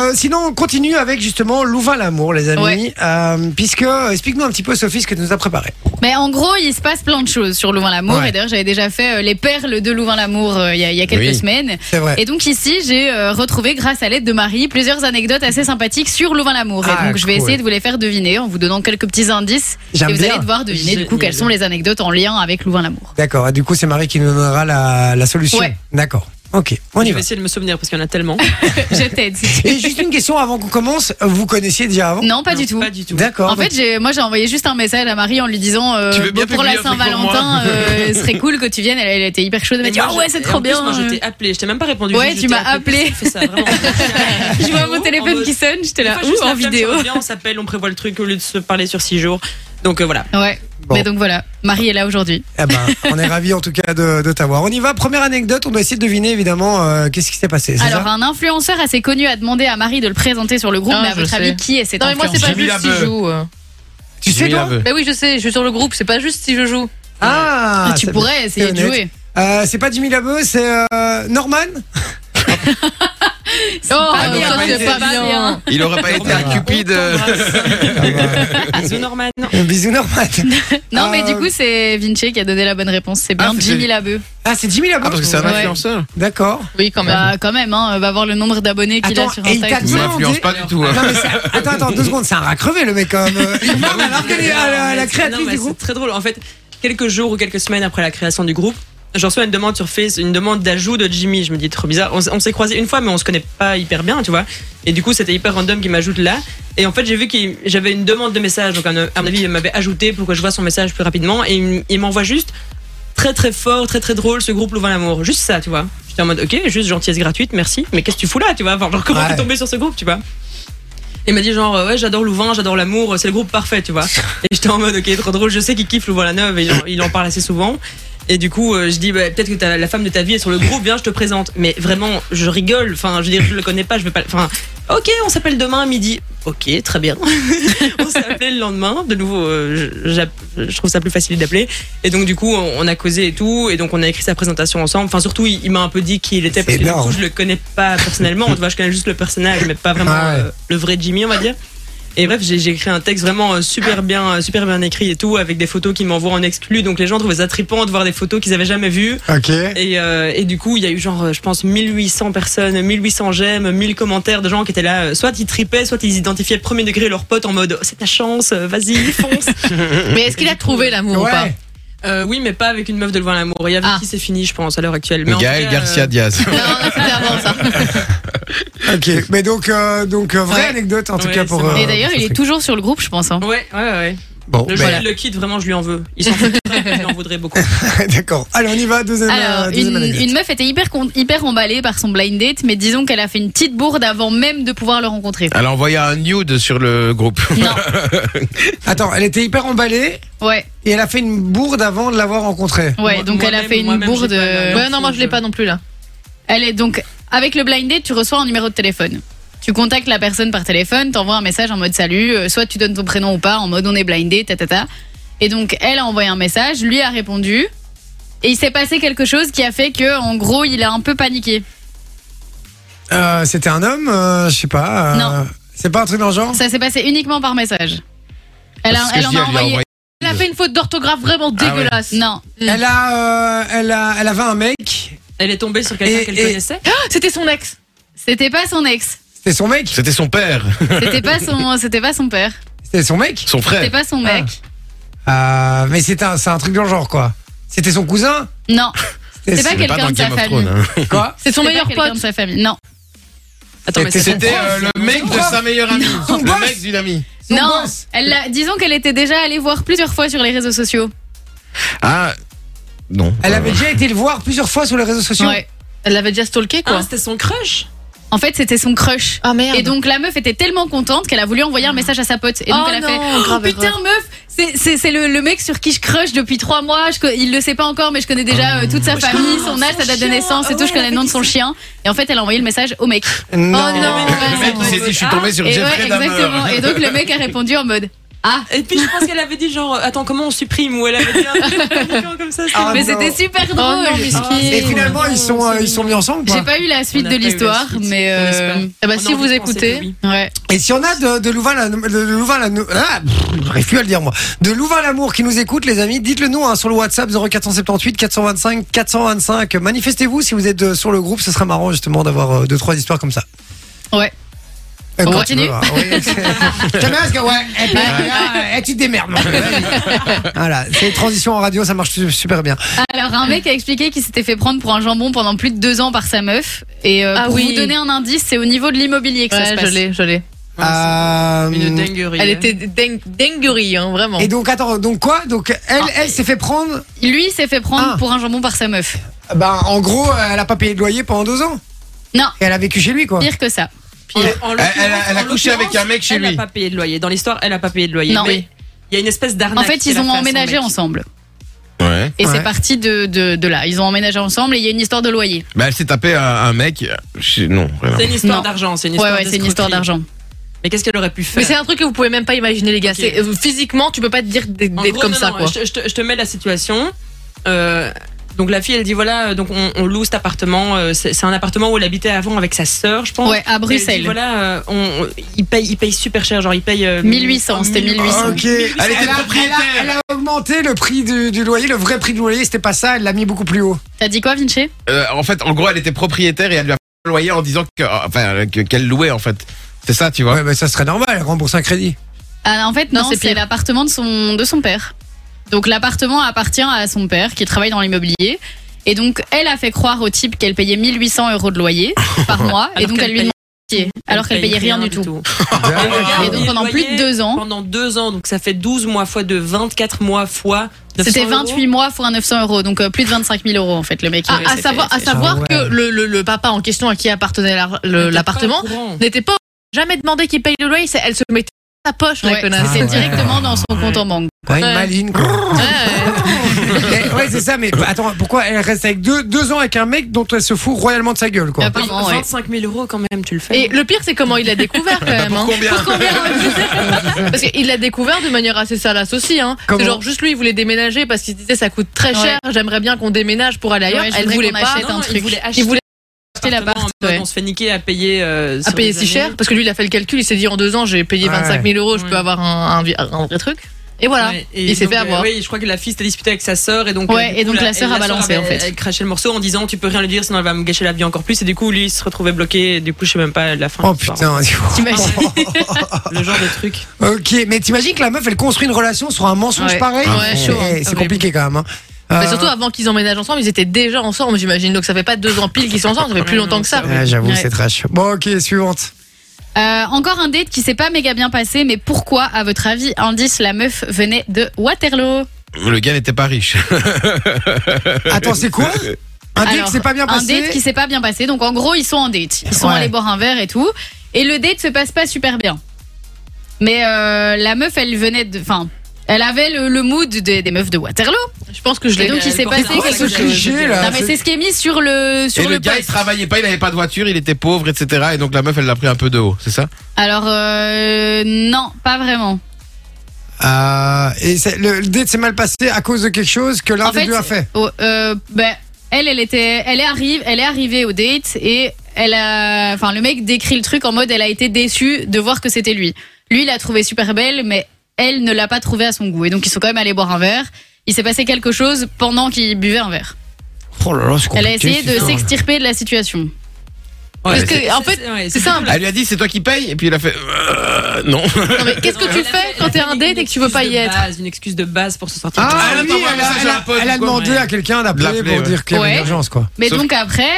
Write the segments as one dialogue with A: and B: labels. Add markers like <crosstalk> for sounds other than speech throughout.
A: Euh, sinon, on continue avec justement Louvain l'amour, les amis.
B: Ouais.
A: Euh, puisque, explique-nous un petit peu, Sophie, ce que tu nous as préparé.
B: Mais en gros, il se passe plein de choses sur Louvain-l'Amour.
A: Ouais.
B: Et d'ailleurs, j'avais déjà fait euh, les perles de Louvain-l'Amour euh, il y, a- il y a quelques
C: Oui.
B: semaines.
A: C'est vrai.
B: Et donc ici, j'ai euh, retrouvé, grâce à l'aide de Marie, plusieurs anecdotes assez sympathiques sur Louvain-l'Amour.
A: Ah,
B: et donc, je vais
A: cool.
B: essayer de vous les faire deviner en vous donnant quelques petits indices.
A: J'aime
B: et vous
A: bien.
B: allez devoir deviner du coup
C: Génial.
B: quelles sont les anecdotes en lien
A: <laughs>
B: avec Louvain-l'Amour.
A: D'accord. Et du coup, c'est Marie qui nous donnera la, la solution.
B: Ouais.
A: D'accord. Ok, on y
C: Je
A: va.
C: vais essayer de me souvenir parce qu'il y en a tellement.
B: je t'aide. si tu veux.
A: Et juste une question avant qu'on commence. Vous connaissiez déjà avant
B: Non, <laughs> pas du tout.
C: Pas du tout.
A: D'accord.
B: En fait, j'ai- moi j'ai envoyé juste un message à Marie en lui disant euh,
D: Tu veux bien
B: bon, pour
D: publier
B: la
D: un truc pour
B: Saint-Valentin,
C: <laughs>
B: euh, ce serait cool que tu viennes. Elle, elle était hyper chaude. Elle m'a
C: Et
B: dit
C: moi,
B: ah
C: je-
B: ouais c'est
C: et
B: trop
C: en plus,
B: bien.
C: moi, je t'ai appelé, je t'ai même pas répondu.
B: Ouais,
C: Juste, je
B: tu
C: t'ai
B: m'as appelé.
C: Fais ça, vraiment.
B: <laughs> je vois mon
C: En
B: téléphone
C: mode-
B: qui sonne. J'étais
C: Des
B: là
C: fois, je
B: ouh
C: suis
B: en
C: sur Snapchat,
B: vidéo.
C: On vient, on s'appelle, on prévoit le truc au lieu de se parler sur six jours. Donc
A: <laughs>
C: euh, voilà.
B: Ouais.
A: Bon.
B: Mais donc voilà, Marie est là aujourd'hui.
A: Eh ben, on est ravis en tout cas de, de t'avoir. On y va. Première anecdote. On doit essayer de deviner évidemment euh, qu'est-ce qui s'est passé. c'est
B: Alors
A: ça
B: un influenceur assez connu a demandé à Marie de le présenter sur le groupe.
E: Ah,
B: mais à
E: je
B: votre
E: sais.
B: avis, qui est cet
E: Non, mais moi, c'est
B: influenceur
E: pas
D: J'ai mis
E: juste
D: la
E: si je
D: beuh.
E: joue. euh.
B: hein.
A: tu sais toi
E: Bah oui, je sais, je suis sur le groupe, c'est pas juste si je joue.
A: Ah,
B: Ah, Tu
A: c'est-
B: pourrais essayer de
A: honnête.
B: jouer.
A: Euh, c'est pas Jimmy Labeu, c'est euh, Norman.
B: Oh,
E: Ah,
D: non,
B: ça,
D: pas
B: c'est
D: été.
B: pas bien.
D: <laughs> Il aurait pas été un
A: Norman.
D: cupide. euh,
C: Bisous Norman.
A: Euh, Bisous
B: <laughs>
A: Norman.
B: Non, mais
A: Euh,
B: du coup, c'est Vinci qui a donné la bonne réponse. C'est bien
D: Ah, c'est-
B: Jimmy Labeu.
A: Ah, c'est Jimmy Labeu.
D: Ah, parce que c'est un
B: Ouais.
D: influenceur.
A: D'accord.
E: Oui, quand même.
B: Bah, quand même, hein, va voir le nombre d'abonnés qu'il a
A: Attends,
B: sur
A: et il
B: Insta.
A: t'a
B: et tout
D: Il
A: Non,
B: ça.
D: m'influence
A: on
D: pas du tout. hein.
A: Non, mais c'est- attends, attends, deux secondes, c'est un rat crevé le mec quand même. Euh, Il demande à l'organi- à la, à la
C: Non,
A: créatrice
C: mais
A: du
C: c'est
A: groupe.
C: très drôle. En fait, quelques jours ou quelques semaines après la création du groupe, j'en reçois une demande sur Face, une demande d'ajout de Jimmy. Je me dis, trop bizarre. On, s- on s'est croisés une fois, mais on se connaît pas hyper bien, tu vois. Et du coup, c'était hyper random qu'il m'ajoute là. Et en fait, j'ai vu qu'il j'avais une demande de message. Donc, à mon à mon avis, il m'avait ajouté pour que je vois son message plus rapidement. Et il m- il m'envoie juste très très fort, très très drôle ce groupe Louvain l'amour. Juste ça, tu vois. J'étais en mode, ok, juste gentillesse gratuite, merci. Mais qu'est-ce que tu fous là, tu vois Enfin, genre, comment
A: Ouais.
C: t'es tombé sur ce groupe, tu vois il m'a dit genre euh, ouais j'adore Louvain, j'adore l'amour, c'est le groupe parfait tu vois. Et j'étais en mode ok trop drôle, je sais qu'il kiffe Louvain la neuve et genre, il en parle assez souvent. Et du coup euh, je dis bah, peut-être que t'as- la femme de ta vie est sur le groupe, viens je te présente. Mais vraiment je rigole, enfin je veux dire je le connais pas, je vais pas. Enfin ok on s'appelle demain à midi. Ok très bien. <laughs> on s'est appelé le lendemain, de nouveau euh, je, j'app- je trouve ça plus facile d'appeler. Et donc du coup on, on a causé et tout et donc on a écrit sa présentation ensemble. Enfin surtout il, il m'a un peu dit qui il était parce
A: C'est
C: que du
A: énorme.
C: coup je le connais pas personnellement, tu vois je connais juste le personnage mais pas vraiment
A: Ah ouais.
C: euh, le vrai Jimmy on va dire. Et bref, j'ai j'ai écrit un texte vraiment euh, super bien, euh, super bien écrit et tout, avec des photos qu'ils m'envoient en exclu. Donc les gens trouvaient ça trippant de voir des photos qu'ils avaient jamais vues.
A: Ok.
C: Et, euh, et du coup, il y a eu genre, euh, je pense, 1800 personnes, 1800 j'aime, 1000 commentaires de gens qui étaient là. euh, Soit ils tripaient, soit ils identifiaient premier degré leur pote en mode c'est ta chance, euh, vas-y, <laughs> fonce.
E: Mais est-ce qu'il a trouvé l'amour ou pas
A: Ouais.
C: Euh, oui, mais pas avec une meuf de loin l'amour. Il y avait
E: Ah.
C: qui c'est fini, je pense, à l'heure actuelle. Mais en tout
D: Gaël
C: cas,
D: Garcia
B: <laughs>
C: euh,
D: Diaz.
E: Non, non, c'était avant ça.
A: Ok. Mais donc, euh, donc euh, vraie
B: Ouais.
A: anecdote en tout
C: Ouais,
A: cas
C: c'est
A: pour.
C: vrai.
A: euh,
B: Et d'ailleurs,
A: pour
B: il
A: ce
B: est
A: truc.
B: toujours sur le groupe, je pense. hein.
C: Ouais, ouais, ouais.
A: Bon. ben,
C: Le jour où il le quitte, vraiment, je lui en veux. Il s'en fout, il en voudrait beaucoup.
A: <laughs> D'accord. Allez, on y va. Deuxième. euh,
B: Alors,
A: deuxième
B: une,
A: anecdote.
B: une meuf était hyper, con- hyper emballée par son blind date, mais disons qu'elle a fait une petite bourde avant même de pouvoir le rencontrer.
A: Ah.
D: Elle a envoyé un nude sur le groupe.
B: Non,
A: Attends, elle était hyper emballée
B: ouais,
A: et elle a fait une bourde avant de l'avoir rencontrée.
B: ouais.
C: Moi-
B: donc elle a
C: moi-même-
B: fait une
C: moi-même, j'ai
B: bourde.
C: pas le-
B: euh,
C: Ouais,
E: Ouais, non, moi je l'ai pas non plus là.
B: Elle est donc avec le blind date, tu reçois un numéro de téléphone. Tu contactes la personne par téléphone, t'envoies un message en mode salut, euh, soit tu donnes ton prénom ou pas, en mode on est blindé, ta ta ta. Et donc elle a envoyé un message, lui a répondu, et il s'est passé quelque chose qui a fait que en gros il a un peu paniqué.
A: Euh, C'était un homme, euh, je sais pas. euh,
B: Non.
A: C'est pas un truc dans le genre.
B: Ça s'est passé uniquement par message. Elle, a-
D: <laughs> Parce Ah, que
B: elle
D: je
B: en
D: dis,
B: a
D: elle lui a
B: envoyé.
D: envoyé-
E: Elle a fait une faute d'orthographe vraiment
D: Ah ouais.
E: dégueulasse.
B: Non,
A: Elle a, euh, elle a, elle avait un mec.
C: Elle est tombée sur
A: Et-
C: quelqu'un qu'elle
A: et-
C: connaissait.
E: C'était son ex.
B: c'était pas son ex,
A: C'était son mec.
D: C'était son père, <laughs>
B: c'était pas son, <laughs> c'était pas son père,
A: C'était son mec.
D: son
B: c'était
D: frère.
B: pas son mec.
A: Euh, mais c'est un, c'est un truc dans le genre quoi. C'était son cousin.
B: Non,
A: C'était
B: C'est pas
D: Mais
B: quelqu'un
D: dans
B: de sa
D: Game of
B: famille.
D: Thrones, hein.
A: quoi
E: C'est son
B: c'était
E: meilleur
B: pas quelqu'un
E: pote.
B: de sa famille. Non,
C: Attends, mais
A: C'était-
C: c'est
D: C'était euh, le mec de sa meilleure amie.
A: Son
D: Le
A: boss.
D: mec d'une amie.
A: Son
B: non.
A: boss.
B: Elle l'a- disons qu'elle était déjà allée voir plusieurs fois sur les réseaux sociaux.
D: Ah, non.
A: Elle
D: Euh,
A: avait déjà été le voir plusieurs fois sur les réseaux sociaux.
B: Ouais.
E: Elle l'avait déjà stalké
C: Ah,
E: quoi.
C: c'était son crush.
B: En fait, c'était son crush.
E: Ah merde.
B: Et donc la meuf était tellement contente qu'elle a voulu envoyer un message à sa pote. Et donc
E: Oh
B: elle a
E: non,
B: fait
E: grave
B: putain
E: erreur.
B: meuf, c'est- c'est c'est le, le mec sur qui je crush depuis trois mois. Je co- il le sait pas encore, mais je connais
A: Oh
B: déjà euh, toute sa famille, son âge, sa date de naissance et tout. Je connais le nom de son chien. Et en fait, elle a envoyé le message au mec.
A: Non.
E: non.
D: Le mec, il s'est dit, je suis tombé sur
B: et ouais,
D: Jeffrey Dahmer.
B: exactement. Et donc le mec a répondu en mode Ah,
C: Et puis je pense qu'elle avait dit genre, attends, comment on supprime Ou elle avait dit un truc paniquant comme ça.
A: Ah,
B: mais
A: non.
B: c'était Oh, super drôle. Ah,
E: non,
A: Et
E: Miskin.
A: finalement, ils sont, euh, ils sont mis ensemble. quoi.
B: J'ai pas eu la suite
C: On
B: de
C: a pas eu la
B: l'histoire,
C: suite.
B: mais
C: On
B: euh,
C: espère.
E: Ah bah,
C: On a
E: si
C: envie
E: vous
C: de penser que
E: écoutez.
C: oui.
B: ouais.
A: Et si on a de, de Louvain, la, de Louvain, la, ah, pff, j'arrive plus à le dire moi, de Louvain l'amour qui nous écoute, les amis, dites-le nous hein, sur le WhatsApp 0478 425 425. Manifestez-vous si vous êtes euh, sur le groupe, ce serait marrant justement d'avoir euh, deux trois histoires comme ça.
B: Ouais.
A: Euh,
B: On
A: quand tu
B: continue
A: veux, hein, oui.
B: <laughs>
A: J'aime bien parce que ouais. Et puis, euh, et tu te démerdes. mon gars, vas-y. voilà, c'est les transitions en radio, ça marche su- super bien.
B: Alors, un mec a expliqué qu'il s'était fait prendre pour un jambon pendant plus de deux ans par sa meuf. Et euh,
E: Ah
B: pour
E: oui.
B: vous donner un indice, c'est au niveau de l'immobilier que ça se
E: Ouais, je
B: passe.
E: l'ai, je l'ai.
A: Euh,
C: Une dinguerie. hein.
E: Elle était ding- dinguerie, hein, vraiment.
A: et donc attends, donc quoi Donc elle, elle s'est fait prendre,
B: Lui il s'est fait prendre
A: Ah.
B: pour un jambon par sa meuf.
A: ben en gros, elle a pas payé de loyer pendant deux ans.
B: Non.
A: Et elle a vécu chez lui quoi.
B: Pire que ça.
C: En- en
D: Elle, elle a-
C: l'occurrence-
D: elle a
C: en
D: couché avec un mec chez
C: Elle
D: lui.
C: n'a pas payé de loyer. Dans l'histoire, elle n'a pas payé de loyer.
B: Non.
C: mais il y a une espèce d'arnaque.
B: En fait,
C: qu'elle
B: ils
C: a
B: ont
C: à son
B: emménagé
C: mec.
B: ensemble.
D: Ouais.
B: Et
A: Ouais.
B: c'est parti de, de, de là. Ils ont emménagé ensemble et il y a une histoire de loyer.
D: Bah, elle s'est tapée à un mec. Je- Non, rien à
C: C'est
D: voir.
C: une histoire
B: Non.
C: d'argent. C'est une
B: Ouais,
C: histoire
B: ouais, c'est une histoire
C: d'escroquerie.
B: d'argent.
C: Mais qu'est-ce qu'elle aurait pu
E: Mais
C: faire
E: c'est un truc que vous pouvez même pas imaginer, les gars. C'est- euh, physiquement, tu peux pas te dire d'être
C: En
E: d'être
C: gros,
E: comme
C: non,
E: ça,
C: non,
E: quoi.
C: Je, je te, je te mets la situation. Euh, donc la fille, elle dit voilà, euh, donc on, on loue cet appartement. euh, C'est c'est un appartement où elle habitait avant avec sa sœur, je pense.
B: Ouais, à
C: Et elle dit,
B: Bruxelles.
C: voilà, euh, on, on- il paye, il paye super cher, genre il paye euh,
B: 1800, c'était 1800.
A: Ok. Elle,
D: était
A: a-
D: propriétaire.
A: elle a- elle a augmenté le prix du, du loyer, le vrai prix du loyer, c'était pas ça, elle l'a mis beaucoup plus haut.
B: T'as dit quoi, Vinci
D: Euh, en fait, en gros, elle était propriétaire et elle lui a fait un loyer en disant que, euh, enfin, que- qu'elle louait, en fait. C'est ça, tu vois.
A: Ouais, mais ça serait normal, elle rembourse un <laughs> crédit.
B: Ah, en fait, non,
E: Non, c'est
B: c'est
E: pire.
B: l'appartement de son, de son père. Donc, l'appartement appartient à son père qui travaille dans l'immobilier. Et donc, elle a fait croire au type qu'elle payait 1800 euros de loyer par mois. et
C: Alors
B: donc,
C: qu'elle
B: elle lui
C: paye-
B: demande moitié, alors qu'elle payait rien du tout. Et donc,
C: Et
B: pendant
C: le
B: plus de
C: loyer,
B: deux ans,
C: Pendant deux ans, donc ça fait 12 mois fois de 24 mois fois. 900
B: c'était
C: euros.
B: 28 mois fois 900 euros. Donc, euh, plus de 25 000 euros, en fait, le mec.
E: Ah,
B: il
E: à
B: s'est
E: savoir,
B: fait-
E: à
B: s'est-
E: savoir
A: Ah ouais.
E: que le, le- le papa en question à qui appartenait la-
C: Elle était
E: le-
C: pas
E: Euh, l'appartement
C: au courant.
E: n'était pas jamais demandé qu'il paye le loyer. c'est- Elle se mettait dans sa poche, la
B: Ouais,
E: connasse.
A: Ah
B: c'était
A: ouais.
B: directement dans son compte en banque.
A: Ouais,
E: Ouais.
A: une maline, quoi.
E: Ouais.
A: Eh, ouais, c'est ça, mais attends, pourquoi elle reste avec deux, deux ans avec un mec dont elle se fout royalement de sa gueule, quoi
B: Ah, pardon. Apparemment, ouais.
C: 25 000 euros quand même, tu le fais. hein.
E: Et le pire, c'est comment il l'a découvert quand même. hein.
D: combien
E: Pour combien ouais. Parce qu'il l'a découvert de manière assez salace aussi. Hein.
A: Comment
E: C'est genre juste lui, il voulait déménager parce qu'il se disait ça coûte très
B: Ouais.
E: cher. J'aimerais bien qu'on déménage pour aller ailleurs.
B: Ouais, je
E: Elle
B: voudrais
E: voulait
B: qu'on
E: pas.
B: achète un
E: Non,
B: truc.
E: Il voulait
C: Il
E: acheter,
C: voulait
E: acheter l'appart.
C: Appartement en mode,
E: ouais.
C: On se fait niquer à payer. euh,
E: À
C: sur
E: payer
C: les
E: si
C: années.
E: cher parce que lui, il a fait le calcul. Il s'est dit en deux ans, j'ai payé
A: Ouais.
E: 25 000 euros. Je
C: Ouais.
E: peux avoir un, un- un vrai truc. Et voilà.
C: Ouais, et
E: il s'est
C: donc,
E: fait
C: euh,
E: avoir.
C: Oui, je crois que la fille s'était disputée avec sa sœur et donc.
B: Ouais,
C: euh, du
B: et
C: coup,
B: donc la sœur a balancé,
C: avait-
B: en fait.
C: Elle crachait le morceau en disant tu peux rien lui dire sinon elle va me gâcher la vie encore plus et du coup lui il se retrouvait bloqué et du coup je sais même pas la fin.
A: Oh
C: de l'histoire.
A: putain,
B: T'imagines
A: <laughs>
C: Le genre de truc.
A: ok, mais t'imagines que la meuf elle construit une relation sur un mensonge
E: Ouais.
A: pareil
E: Ouais,
A: Eh,
E: chaud, hein.
A: C'est
E: Horrible.
A: compliqué quand même. hein.
E: Mais
A: Euh,
E: surtout avant qu'ils emménagent ensemble, ils étaient déjà ensemble, j'imagine. Donc ça fait pas deux ans pile qu'ils sont ensemble, ça fait plus
C: Ouais,
E: longtemps
C: non,
E: que ça.
A: ouais, ah, J'avoue,
B: Ouais.
A: c'est trash. Bon, ok, suivante.
B: Euh, encore un date qui s'est pas méga bien passé, mais pourquoi, à votre avis, indice, la meuf venait de Waterloo
D: Le gars n'était pas riche.
A: Attends, c'est quoi Un date
B: Alors,
A: qui s'est pas bien
B: Un
A: passé
B: date qui s'est pas bien passé. Donc en gros, ils sont en date. Ils sont
A: Ouais.
B: allés boire un verre et tout. Et le date se passe pas super bien. Mais euh, la meuf, elle venait de. Enfin, elle avait le, le mood des, des meufs de Waterloo.
E: Je pense que je
B: Et
E: l'ai.
B: donc il s'est
C: portait
B: passé
C: un
A: C'est
B: quelque
A: quoi
B: chose.
A: ce cliché là
B: Non, mais c'est ce qui est mis sur le sur
D: et le, gars, il
B: post.
D: travaillait pas, il avait pas de voiture, il était pauvre, etc. Et donc la meuf, elle l'a pris un peu de haut, c'est ça
B: Alors euh, non, pas vraiment.
A: Euh, et c'est- le, le date s'est mal passé à cause de quelque chose que l'un
B: En
A: des
B: fait,
A: deux a fait.
B: Oh, euh, ben, elle, elle était, elle est arrive, elle est arrivée au date et elle a, enfin le mec décrit le truc en mode elle a été déçue de voir que c'était lui. Lui, il l'a trouvée super belle, mais elle ne l'a pas trouvée à son goût. Et donc ils sont quand même allés boire un verre. Il s'est passé quelque chose pendant qu'ils buvaient un verre.
A: Oh là là, c'est hein.
B: Elle a
A: compliqué,
B: essayé de
A: putain.
B: s'extirper de la situation.
E: Parce
D: c'est-
E: que, en fait,
C: ouais,
E: c'est simple.
D: Elle lui a dit, c'est toi qui paye Et puis il a fait, euh, non.
E: Non, mais qu'est-ce que tu fais quand t'es un date et que tu veux pas y
C: Une
E: être
C: excuse de base, Une excuse de base pour se sortir.
A: Ah,
D: Elle
A: oui,
D: a envoyé un
A: elle, a,
D: message
A: elle
D: à
A: a-
D: un pote,
A: elle a
D: quoi.
A: demandé
C: Ouais.
A: à quelqu'un
D: L'appeler,
A: d'appeler pour
D: ouais.
A: dire qu'il y avait
B: Ouais.
A: une urgence, quoi.
B: Mais
D: Sauf-
B: donc après,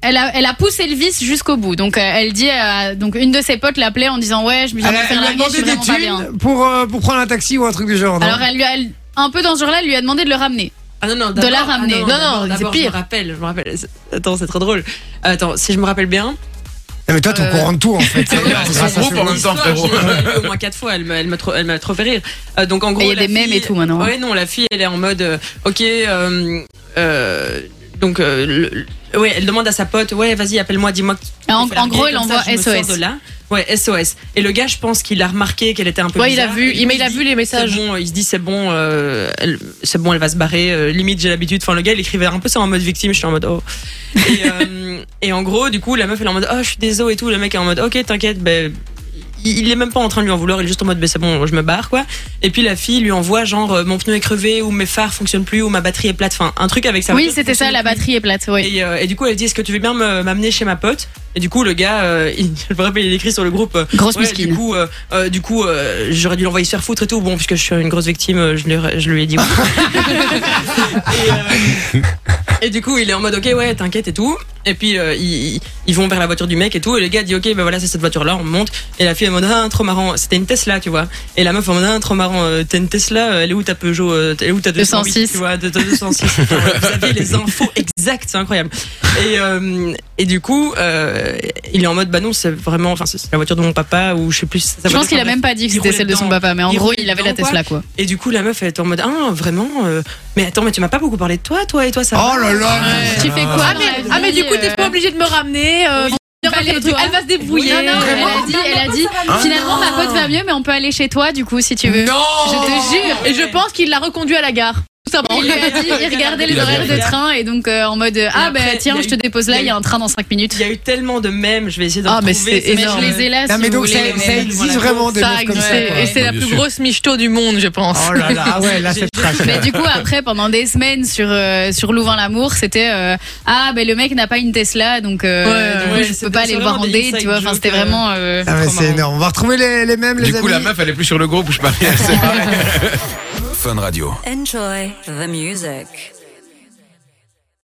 B: elle a, elle a poussé le vice jusqu'au bout. Donc euh, elle dit, à- donc une de ses potes l'appelait en disant ouais, je me
A: Elle
B: viens de
A: a,
B: me
A: elle
B: faire
A: a
B: larguer,
A: demandé
B: je suis
A: des
B: vraiment pas bien.
A: thunes pour, euh, pour prendre un taxi ou un truc du genre. non
B: Alors elle lui a, elle- un peu dans ce genre-là, elle lui a demandé de le ramener.
C: Ah non, non,
B: De
C: d'abord-
B: la ramener.
C: ah
B: Non,
C: d'abord,
E: non, c'est
C: d'abord,
E: pire.
C: Je me rappelle, je me rappelle. C'est- Attends, c'est trop drôle. Attends, si je me rappelle bien.
A: Non, Eh, mais toi, t'es au
E: Euh,
A: courant de tout, en fait.
D: ouais,
A: C'est
D: c'est
A: grâce
D: son
A: à
D: groupe,
A: ce
D: en même
A: groupe.
D: temps, frérot.
C: Je l'ai vu au moins quatre fois, elle m'a, elle m'a trop, elle m'a trop fait rire. Euh, donc en gros,
B: il y a
C: la
B: des mèmes
C: fille-
B: et tout maintenant.
C: Ouais, non, la fille, elle est en mode, euh, ok, euh, euh, donc euh, le- le- ouais, elle demande à sa pote, ouais, vas-y, appelle-moi, dis-moi. que tu-
B: Ah, en-
C: il faut la
B: en gros,
C: regarder
B: il
C: comme ça,
B: envoie
C: je me sors
B: SOS.
C: de là. Ouais, SOS. Et le gars, je pense qu'il a remarqué qu'elle était un peu.
E: Ouais, il a
C: bizarre.
E: vu,
C: Et du
E: il, mais
C: coup,
E: il a
C: dit,
E: vu les
C: C'est
E: messages.
C: bon, il se dit c'est bon, euh, elle- c'est bon, elle va se barrer. euh, limite j'ai l'habitude. Enfin le gars il écrivait un peu ça en mode victime. Je suis en mode oh.
B: <laughs>
C: Et, euh, et en gros du coup la meuf elle est en mode oh je suis désolée et tout. Le mec est en mode ok t'inquiète. Ben il, il est même pas en train de lui en vouloir. Il est juste en mode ben c'est bon je me barre quoi. Et puis la fille lui envoie genre euh, mon pneu est crevé ou mes phares fonctionnent plus ou ma batterie est plate. Enfin un truc avec sa.
B: Oui,
C: voiture
B: c'était ça, la
C: fonctionne plus.
B: batterie est plate, oui.
C: Et, euh, et du coup, elle dit Est-ce que tu veux bien me- m'amener chez ma pote Et du coup, le gars, euh, <laughs> il, je me rappelle, il écrit sur le groupe euh,
B: Grosse
C: Ouais,
B: musquine.
C: Du coup, euh, euh, du coup euh, j'aurais dû l'envoyer se faire foutre et tout. Bon, puisque je suis une grosse victime, euh, je, lui- je lui ai dit. oui. et, euh, et du coup, il est en mode ok, ouais, t'inquiète et tout. Et puis, euh, ils, ils- ils vont vers la voiture du mec et tout. Et le gars dit ok, ben voilà, c'est cette voiture-là, on monte. Et la fille, elle est en mode ah, trop marrant. C'était une Tesla, tu vois. Et la meuf, en mode ah, trop marrant. euh, T'as une Tesla, euh, elle est où ta Peugeot euh, Elle est où ta 208,
B: 206.
C: Tu vois, de- de 206. Vous aviez les infos exactes, c'est incroyable. Et, euh, et du coup, euh, il est en mode bah non, c'est vraiment, enfin, c'est la voiture de mon papa ou je sais plus. sa
B: Je
C: voiture,
B: pense qu'il a
C: enfin,
B: même pas dit que
C: il
B: c'était
C: roulait
B: celle de son
C: dedans.
B: papa, mais en
C: Il
B: gros,
C: roulait
B: il avait la
C: dedans,
B: Tesla, quoi.
C: Et du coup, la meuf elle est en mode ah vraiment, euh, mais attends, mais tu m'as pas beaucoup parlé de toi, toi et toi ça. va
A: Oh là là
B: Tu fais quoi
E: Ah, mais,
B: dans la
E: ah, mais
B: vie,
E: du coup, t'es
B: euh,
E: pas obligé de me ramener. euh, viens
B: pas
E: faire
B: les
E: le truc.
B: doigts.
E: Elle va se débrouiller.
B: Non, non, elle a dit, elle a dit finalement, ma pote va mieux, mais on peut aller chez toi, du coup, si tu veux.
A: Non
B: Je te jure.
E: Et je pense qu'il l'a reconduit à la gare. Tout simplement.
B: Il lui a dit, il regardait les
D: Il a
B: horaires de
D: vérifié.
B: train et donc euh, en mode ah
C: après,
B: bah tiens
C: il y a
B: je te
C: eu-
B: dépose là il y a un train dans 5 minutes.
C: Il y a eu tellement de mèmes, je vais essayer d'en
E: Ah, mais
C: trouver.
E: c'est
B: Mais
E: énorme.
B: je les ai là
A: Non,
B: si
A: mais
B: vous
A: donc,
B: voulez.
A: ça, ça
C: mais
A: existe
C: voilà.
A: vraiment des
B: Ça
A: meufs comme ça.
B: existe.
A: quoi.
E: Et c'est la
D: Bien
E: plus
D: sûr.
E: grosse michto du monde, je pense.
A: Oh là là, ah ouais, là c'est trash.
B: <laughs> Mais du coup après pendant des semaines sur euh, sur Louvain l'amour c'était euh, ah ben le mec n'a pas une Tesla donc euh,
E: Ouais,
B: du coup,
C: ouais,
B: je
C: c'est
B: peux pas aller le voir en
C: vraiment des
B: date tu vois
C: inside
B: enfin c'était
C: jokes, euh.
B: vraiment euh,
A: Ah ouais,
C: trop
A: c'est
C: marrant.
A: énorme. On va retrouver les, les mêmes, les
D: Du coup,
A: amis.
D: la meuf, elle est
A: <laughs>
D: plus sur le groupe où je parlais.
F: Fun Radio.
G: Enjoy the music.